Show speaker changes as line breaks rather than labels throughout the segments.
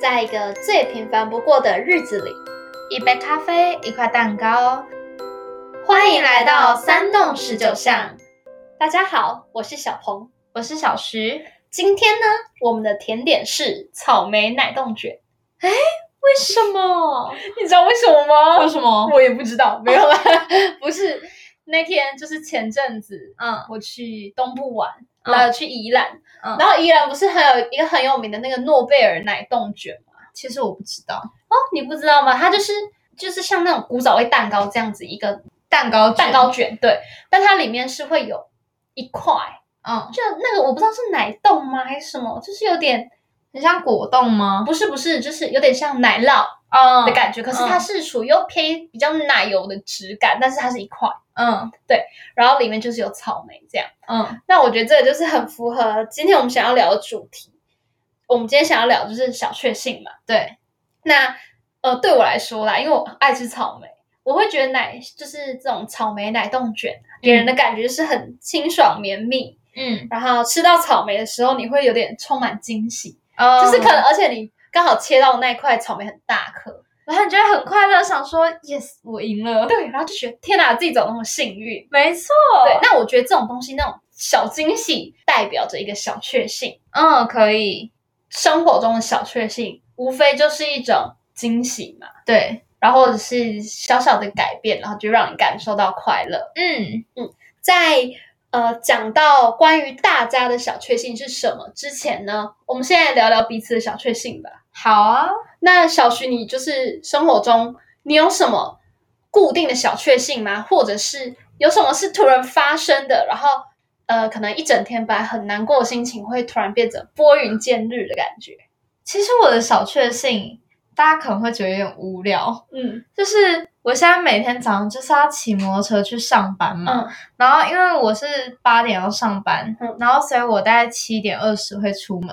在一个最平凡不过的日子里，
一杯咖啡，一块蛋
哦
糕。
欢迎来到三栋十九巷。大家好，我是小鹏。
我是小徐，
今天呢，我们的甜点是
草莓奶冻卷。
为什么？
你知道为什么吗？
为什么？
我也不知道，没有啦， 不是那天就是前阵子
嗯
我去东部玩，
嗯
然后去宜兰，
嗯
然后宜兰不是很有一个很有名的那个诺贝尔奶冻卷吗？
其实我不知道，
哦，你不知道吗？它就是就是像那种古早味蛋糕这样子一个
蛋糕
蛋糕，卷，对，但它里面是会有一块，
嗯，
就那个我不知道是奶冻吗还是什么，就是有点
很像果冻吗？
不是不是，就是有点像奶酪
嗯
的感觉，可是它
嗯
是属于又偏比较奶油的质感，但是它是一块。
嗯
然后里面就是有草莓这样。
嗯
那我觉得这个就是很符合今天我们想要聊的主题。我们今天想要聊就是小确幸嘛。
对，
那呃，对我来说啦，因为我爱吃草莓，我会觉得奶就是这种草莓奶冻卷，给人的感觉是很清爽绵密。
嗯，
然后吃到草莓的时候，你会有点充满惊喜，
哦
就是可能，而且你刚好切到那一块草莓很大颗，
然后你就会很快乐，想说 yes，我赢了，
对，然后就觉得天哪，自己怎么那么幸运？
没错，
对，那我觉得这种东西，那种小惊喜，代表着一个小确幸。
嗯，可以，
生活中的小确幸，无非就是一种惊喜嘛，
对，
然后或者是小小的改变，然后就让你感受到快乐。
嗯
在呃讲到关于大家的小确幸是什么之前呢，我们现在聊聊彼此的小确幸吧。
好啊，
那小徐，你就是生活中你有什么固定的小确幸吗？或者是有什么是突然发生的，然后呃，可能一整天本来很难过的心情会突然变成拨云见日的感觉？
其实我的小确幸，大家可能会觉得有点无聊，
嗯
就是我现在每天早上就是要骑摩托车去上班嘛，
嗯
然后因为我是八点要上班，
嗯
然后所以我大概七点二十会出门。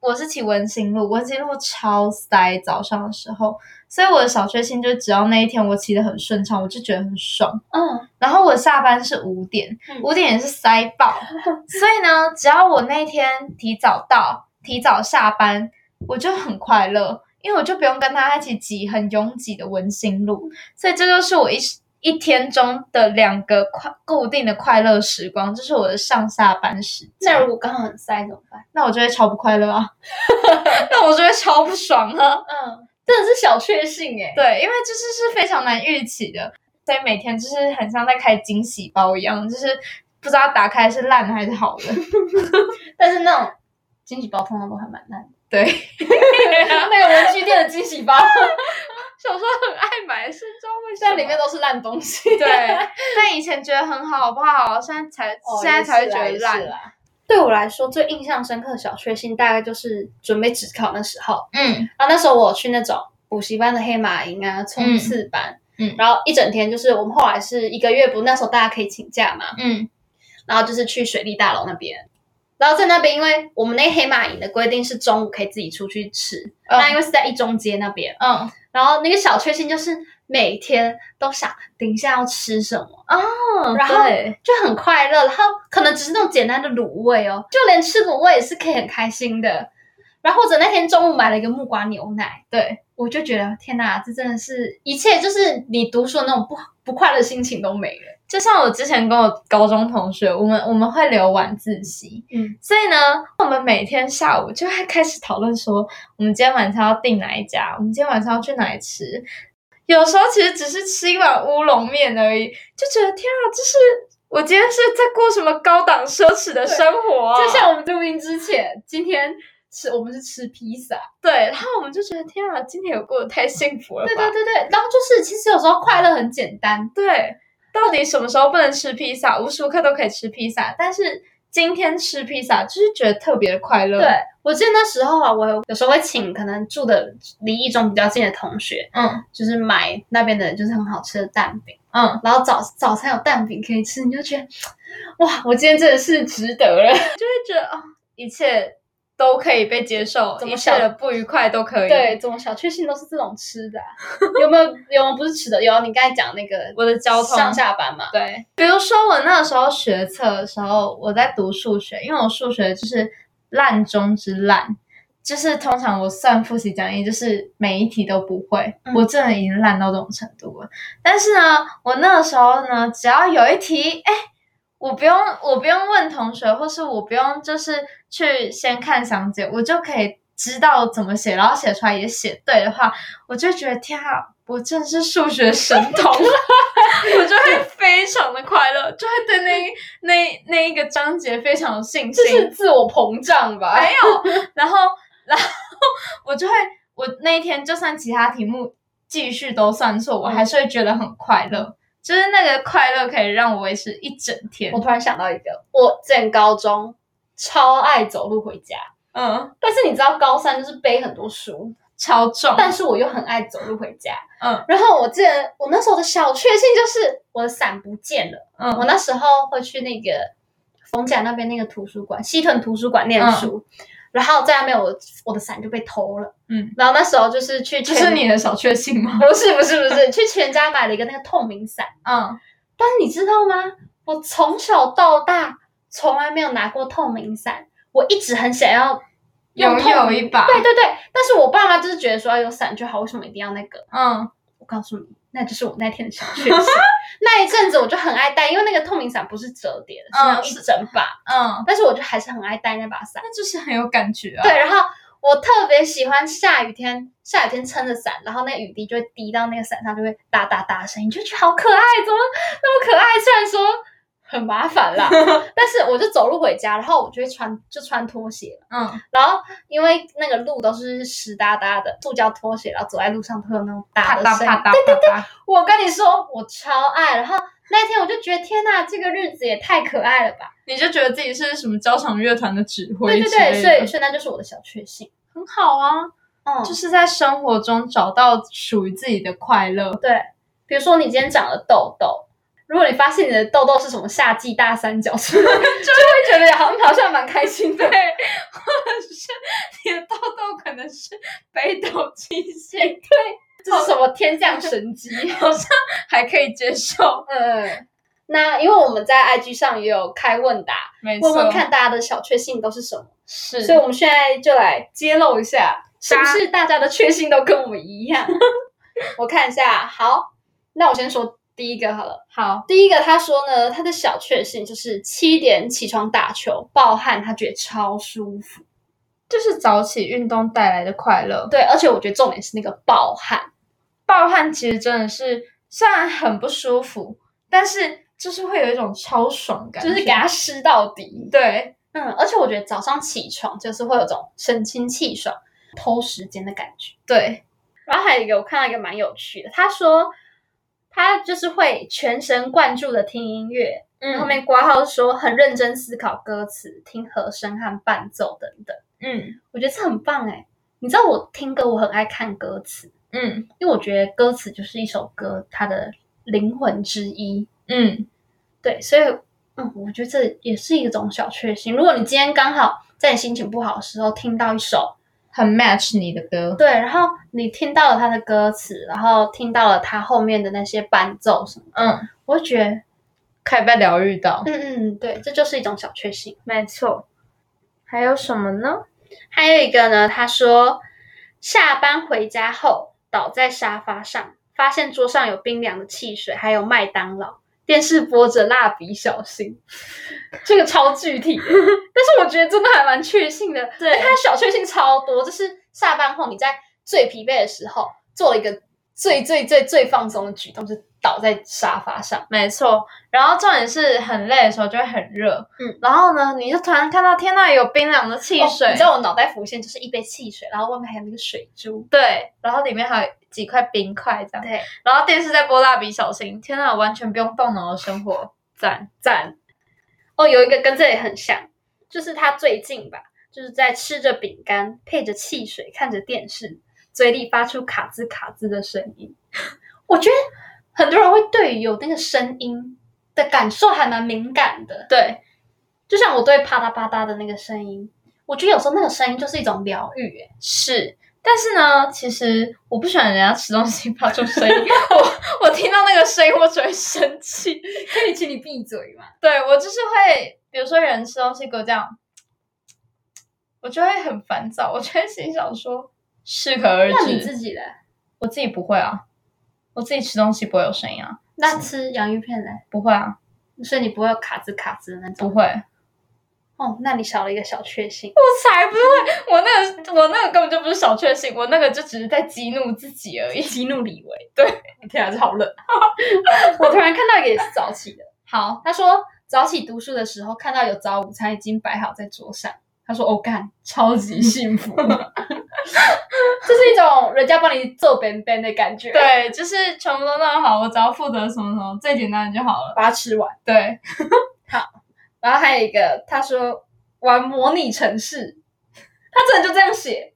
我是骑文心路，文心路超塞，早上的时候，所以我的小确幸就只要那一天我骑得很顺畅，我就觉得很爽。
嗯，
然后我下班是五点
嗯，
五点也是塞 爆，所以呢，只要我那天提早到、提早下班，我就很快乐，因为我就不用跟他一起挤很拥挤的文心路，所以这就是我一一天中的两个快固定的快乐时光，这是我的上下班时
那
间。
如果刚好很塞怎么办？
那我就会超不快乐啊， 那我就会超不爽啊。
嗯， 真的是小确幸哎。
对，因为就是是非常难预期的，所以每天就是很像在开惊喜包一样，就是不知道打开是烂的还是好的。
但是那种惊喜包通常都还蛮烂的。
对，啊
那个文具店的惊喜包，
小时候很爱买，是知道为
但里面都是烂东西。
对，但以前觉得很好，好不好？现在才、
哦
现在才会觉得。
也是啦也
烂
是。啦对我来说，最印象深刻的小确幸大概就是准备职考那时候
嗯
啊，那时候我去那种补习班的黑马营啊，冲刺班，
嗯嗯
然后一整天就是我们后来是一个月不，那时候大家可以请假嘛，
嗯
然后就是去水利大楼那边，然后在那边，因为我们那黑马营的规定是中午可以自己出去吃，
嗯
那因为是在一中街那边，
嗯，
然后那个小确幸就是每天都想等一下要吃什么，啊
嗯
然后
对
就很快乐。然后可能只是那种简单的卤味哦，就连吃卤味也是可以很开心的。然后或者那天中午买了一个木瓜牛奶，
对
我就觉得天哪，这真的是一切就是你读书的那种不不快乐的心情都没了。
就像我之前跟我高中同学，我们我们会留晚自习，
嗯，
所以呢，我们每天下午就会开始讨论说，我们今天晚上要订哪一家，我们今天晚上要去哪里吃。有时候其实只是吃一碗乌龙面而已，就觉得天啊，这是我今天是在过什么高档奢侈的生活、啊？
就像我们录音之前，今天吃我们是吃披萨，
对，然后我们就觉得天啊，今天有过得太幸福了吧？
对对对对，然后就是其实有时候快乐很简单，
对，到底什么时候不能吃披萨？无时无刻都可以吃披萨，但是今天吃披萨就是觉得特别的快乐。
对，我记得那时候啊，我有有时候会请可能住的离一中比较近的同学，
嗯
就是买那边的就是很好吃的蛋饼，
嗯，
然后早早餐有蛋饼可以吃，你就觉得哇，我今天真的是值得了。
就觉得哦，一切都可以被接受，
怎么
一切
想
的不愉快都可以。
对，，怎么小确幸都是这种吃的啊、有没有？有没有不是吃的？有啊你刚才讲那个
我的交通
上下班嘛，
对，比如说我那时候学测的时候，我在读数学，因为我数学就是烂中之烂，就是通常我算复习讲义，就是每一题都不会，
嗯
我真的已经烂到这种程度了。但是呢，我那个时候呢，只要有一题，哎，我不用我不用问同学，或是我不用就是去先看详解，我就可以知道怎么写，然后写出来也写对的话，我就觉得天啊，我真是数学神童， 我就会非常的快乐，就会对那一那那一个章节非常有信
这
心。
是自我膨胀吧？
没有。然后，然后我就会，我那一天就算其他题目继续都算错，
嗯
我还是会觉得很快乐，就是那个快乐可以让我维持一整天
我。突然想到一个，我之前高中超爱走路回家，
嗯，
但是你知道高三就是背很多书，
超重。
但是我又很爱走路回家。
嗯
然后我记得我那时候的小确幸就是我的伞不见了。我
嗯
那时候会去那个逢甲那边那个图书馆，西屯图书馆念
嗯
书，然后在那边我我的伞就被偷了。
嗯，
然后那时候就是去
这
全，
是你的小确幸吗？
不是不是不是去全家买了一个那个透明伞，
嗯，
但是你知道吗？我从小到大从来没有拿过透明伞，我一直很想要用
拥
透
有
明
一把。
对对对，但是我爸妈就是觉得说有伞就好，为什么一定要那个？
嗯，
我告诉你，那就是我那天的小确 幸。那一阵子我就很爱戴，因为那个透明伞不是折叠的，是那种
嗯
一
是
整把，
嗯，
但是我就还是很爱戴那把伞。
那就是很有感觉啊。
对，然后我特别喜欢下雨天，下雨天撑着伞，然后那雨滴就会滴到那个伞上，就会哒哒哒的声音，就觉得好可爱，怎么那么可爱？虽然说很麻烦 啦，但是我就走路回家，然后我就会穿就穿拖鞋了，
嗯
然后因为那个路都是湿哒哒的，塑胶拖鞋，然后走在路上会有那种哒
啪
的
嗒
声
啪
音。
嗒啪嗒。
我跟你说，我超爱，然后。那天我就觉得天呐，这个日子也太可爱了吧！
你就觉得自己是什么交响乐团的指挥
对对
之类的，
对，所以所以那就是我的小确幸。
很好啊，
嗯，
就是在生活中找到属于自己的快乐。
对，比如说你今天长了痘痘，如果你发现你的痘痘是什么夏季大三角， 就会觉得好像好像蛮开心的。
对，或者是你的痘痘可能是北斗七星，
这是什么天降神机？
好像还可以接受。
嗯，那因为我们在 IG 上也有开问答，
没错，
问问看大家的小确幸都是什么，
是
所以我们现在就来揭露一下，是不
嗯大
是大家的确幸都跟我们一 样？我看一下，好，那我先说第一个好了。
好，
第一个他说呢，他的小确幸就是七点起床打球，暴汗，他觉得超舒服。
就是早起运动带来的快乐。
对，而且我觉得重点是那个暴汗，
暴汗其实真的是虽然很不舒服，但是就是会有一种超爽感
就
觉，
是给他湿到底。
对，
嗯，而且我觉得早上起床就是会有种神清气爽、偷时间的感觉。
对，
然后还有一个，我看到一个蛮有趣的，他说他就是会全神贯注的听音乐，
嗯
后面挂号说很认真思考歌词、听和声和伴奏等等。
嗯
我觉得这很棒哎。你知道我听歌，我很爱看歌词，
嗯
因为我觉得歌词就是一首歌它的灵魂之一。
嗯，
对，所以嗯，我觉得这也是一种小确幸。如果你今天刚好在你心情不好的时候听到一首，
很 match 你的歌。
对，然后你听到了它的歌词，然后听到了它后面的那些伴奏什么，
嗯，
我会觉得
可以被疗愈到。
嗯嗯，对，这就是一种小确幸。
没错。还有什么呢？
还有一个呢，他说下班回家后倒在沙发上，发现桌上有冰凉的汽水，还有麦当劳，电视播着《蜡笔小新》，这个超具体的，但是我觉得真的还蛮确幸的。
对
而且他的小确幸超多，就是下班后你在最疲惫的时候，做了一个最最最最放松的举动，就是倒在沙发上。
没错，然后重点是很累的时候就会很热，
嗯，
然后呢，你就突然看到天呐有冰凉的汽水，
哦你知道我脑袋浮现就是一杯汽水，然后外面还有那个水珠。
对，然后里面还有几块冰块这样，
对，
然后电视在播蜡笔小新，天呐，完全不用动脑的生活，赞，
赞。哦，有一个跟这里很像，就是他最近吧，就是在吃着饼干，配着汽水，看着电视，嘴里发出卡兹卡兹的声音。我觉得很多人会对于有那个声音的感受还蛮敏感的，
对，
就像我对啪嗒啪嗒的那个声音，我觉得有时候那个声音就是一种疗愈、欸。
是。但是呢，其实我不喜欢人家吃东西发出声音， 我我听到那个声音我只会生气。
可以请你闭嘴吗？
对我就是会，比如说有人吃东西给我这样，我就会很烦躁，我就会心想说适可而
那你
止。
自己嘞？
我自己不会啊，我自己吃东西不会有声音啊，
那吃洋芋片嘞？
不会啊，
所以你不会有卡兹卡兹的那
不
种？
会。 我
哦，那你少了一个小确幸。
才不会，我那个我那个根本就不是小确幸，我那个就只是在激怒自己而已。
激怒李维，
天啊，这好冷。
我突然看到一个也是早起的。
好，
他说早起读书的时候，看到有早午餐已经摆好在桌上，他说：“哦，干，超级幸 福。”这是一种人家帮你做便便的感觉，，
对，就是全部都弄好，我只要负责什么什么最简单的就好了。
把它吃完。
对，
然后还有一个，他说玩模拟城市，他真的就这样写。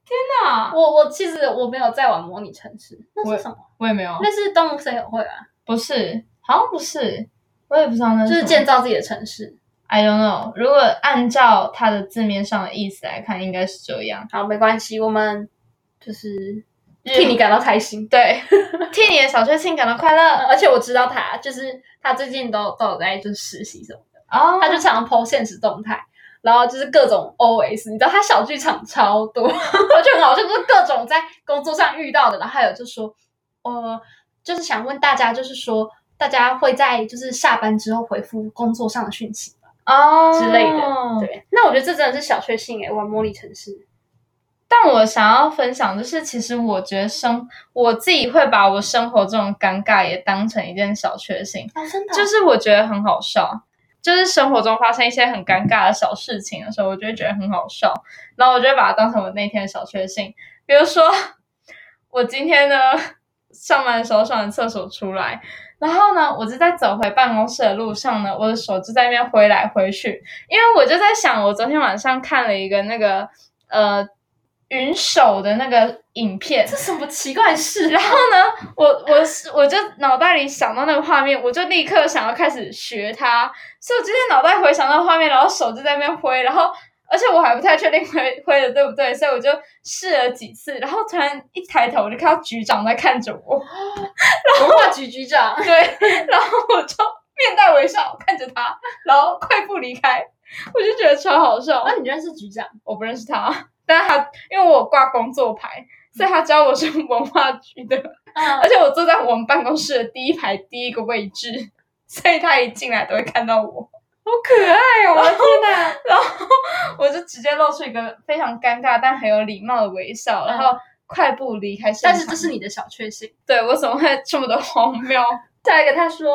那
我我其实我没有在玩模拟城市，那
我
是什么？
我也没有，
那是动物森友会啊，
不是，好像不是，我也不知道那
就是是
什么
建造自己的城市。
I don't know。如果按照它的字面上的意思来看，应该是这样。
好，没关系，我们就是替你感到开心。
对，替你的小确幸感到快
呃
乐。
而且我知道他，就是他最近都都有在就是实习什么的，
哦，
他就常常 PO 现实动态，然后就是各种 OS，你知道他小剧场超多， 我就很好笑，就是各种在工作上遇到的，然后还有就说，呃，就是想问大家，就是说大家会在就是下班之后回复工作上的讯息吗？
哦
之类的对，那我觉得这真的是小确幸欸诶，玩模拟城市，
但我想要分享，就是其实我觉得生我自己会把我生活这种尴尬也当成一件小确幸，
啊、真的就
就是是我觉得很好笑。就是生活中发生一些很尴尬的小事情的时候，我就会觉得很好笑，然后我就会把它当成我那天的小确幸。比如说，我今天呢上班的时候上完厕所出来，然后呢，我就在走回办公室的路上呢，我的手就在那边挥来挥去，因为我就在想，我昨天晚上看了一个那个呃云手的那个影片，
这什么奇怪的事啊？
然后呢，我我是我就脑袋里想到那个画面，我就立刻想要开始学它，所以我就在脑袋回想到画面，然后手就在那边挥，然后而且我还不太确定挥挥的对不对，所以我就试了几次，然后突然一抬头，我就看到局长在看着我，
文化局局长，
对，然后我就面带微笑看着他，然后快步离开，我就觉得超好笑
啊，。你认识局长？
我不认识他，但是他因为我有挂工作牌，所以他知道我是文化局的。
嗯
而且我坐在我们办公室的第一排第一个位置，所以他一进来都会看到我。
好可爱哦！我的天哪！
然后我就直接露出一个非常尴尬但很有礼貌的微笑，然后快步离开现 场。
但是这是你的小确幸。
对我怎么会这么的荒谬？
下一个他说，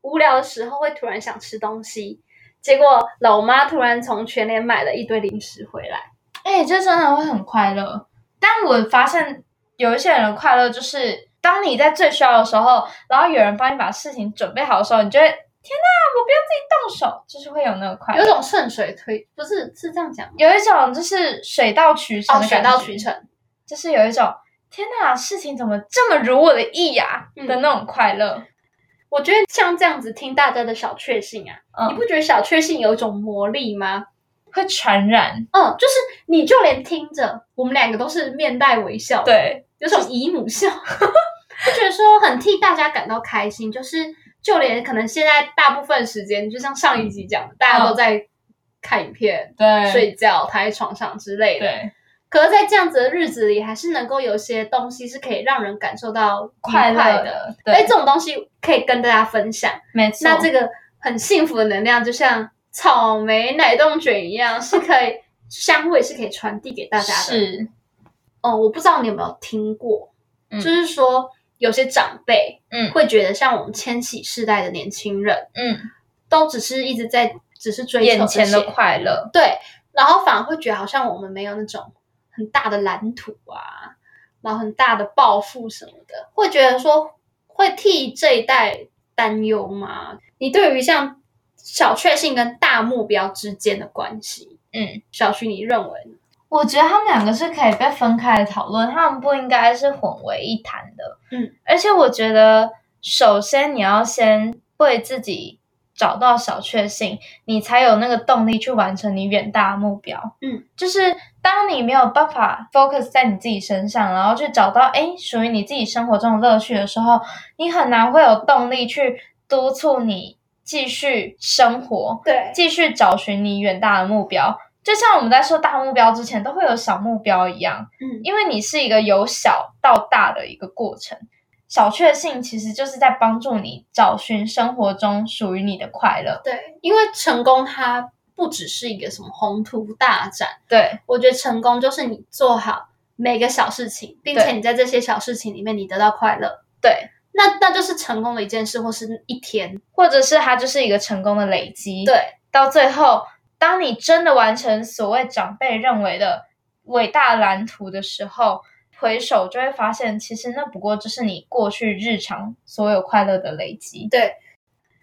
无聊的时候会突然想吃东西，结果老妈突然从全联买了一堆零食回来。
哎、这真的会很快乐。但我发现有一些人的快乐，就是当你在最需要的时候，然后有人帮你把事情准备好的时候，你就会天哪，我不要自己动手，就是会有那个快
有
乐。
种顺水推，不是是这样讲吗？
有一种就是水到渠成的
哦水
感觉，
到渠成。
就是有一种天哪，事情怎么这么如我的意呀、
嗯
的那种快乐。
我觉得像这样子听大家的小确幸啊，你
嗯，
不觉得小确幸有一种魔力吗？
会传染，
嗯，就是你就连听着，我们两个都是面带微笑，，
对，
有种姨母笑，就觉得说很替大家感到开心。就是就连可能现在大部分时间，就像上一集讲的，大家都在看影片，
嗯对
睡觉、躺在床上之类的。
对，
可是，在这样子的日子里，还是能够有一些东西是可以让人感受到愉
快乐
的。
的，
哎，
对，
这种东西可以跟大家分享。
没错。
那这个很幸福的能量，就像草莓奶冻卷一样，是可以香味是可以传递给大家的。，
是，
嗯，我不知道你有没有听过，
嗯
就是说有些长辈，
嗯
会觉得像我们千禧世代的年轻人，
嗯，
都只是一直在只是追求
眼前的
这些
快乐，
对，然后反而会觉得好像我们没有那种很大的蓝图啊，然后很大的抱负什么的，会觉得说会替这一代担忧吗？你对于像小确幸跟大目标之间的关系，
嗯，
小徐你认为呢？
我觉得他们两个是可以被分开的讨论，他们不应该是混为一谈的。
嗯，
而且我觉得，首先你要先为自己找到小确幸，你才有那个动力去完成你远大的目标。
嗯，
就是当你没有办法 focus 在你自己身上，然后去找到诶属于你自己生活中的乐趣的时候，你很难会有动力去督促你继续生活。
对
继续找寻你远大的目标。就像我们在说大目标之前，都会有小目标一样，
嗯
因为你是一个由小到大的一个过程。小确幸其实就是在帮助你找寻生活中属于你的快乐。
对，因为成功它不只是一个什么宏图大展，
对
我觉得成功就是你做好每个小事情，并且
对
你在这些小事情里面你得到快乐，
对，
那那就是成功的一件事或是一天。
或者是它就是一个成功的累积。
对，
到最后，当你真的完成所谓长辈认为的伟大蓝图的时候，回首就会发现，其实那不过就是你过去日常所有快乐的累积。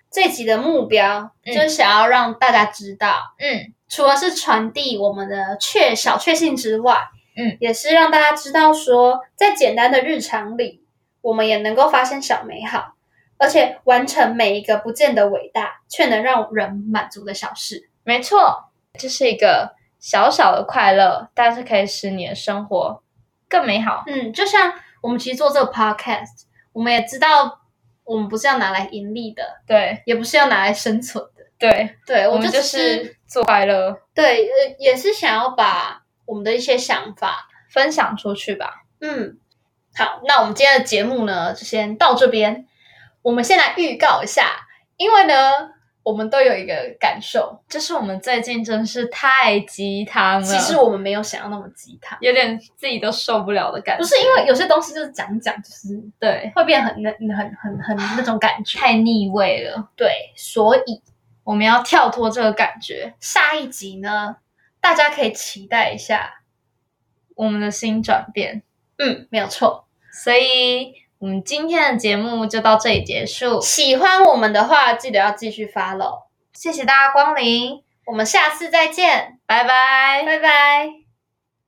这集的目标
嗯
就是想要让大家知道，
嗯，
除了是传递我们的确小确幸之外，
嗯，
也是让大家知道说，在简单的日常里，我们也能够发现小美好，而且完成每一个不见得伟大，却能让人满足的小事。
没错，这是一个小小的快乐，但是可以使你的生活更美好。
嗯，就像我们其实做这个 podcast，我们也知道，我们不是要拿来盈利的，
对
也不是要拿来生存的。
对，
对，
我
我
们
就
就是做快乐，
对，呃，也是想要把我们的一些想法，
分享出去吧。
嗯，好，那我们今天的节目呢，就先到这边。我们先来预告一下，因为呢，我们都有一个感受，
这是我们最近真是太鸡汤了，
其实我们没有想要那么鸡汤，
有点自己都受不了的感觉。
不是因为有些东西就是讲讲，就是
对，
会变很那很很很那种感觉。
太腻味了。
对，所以
我们要跳脱这个感觉，
下一集呢，大家可以期待一下。
我们的心转变。
嗯，没有错。
所以，我们今天的节目就到这里结束，
喜欢我们的话，记得要继续 follow。
谢谢大家光临，
我们下次再见，
拜拜。
拜拜。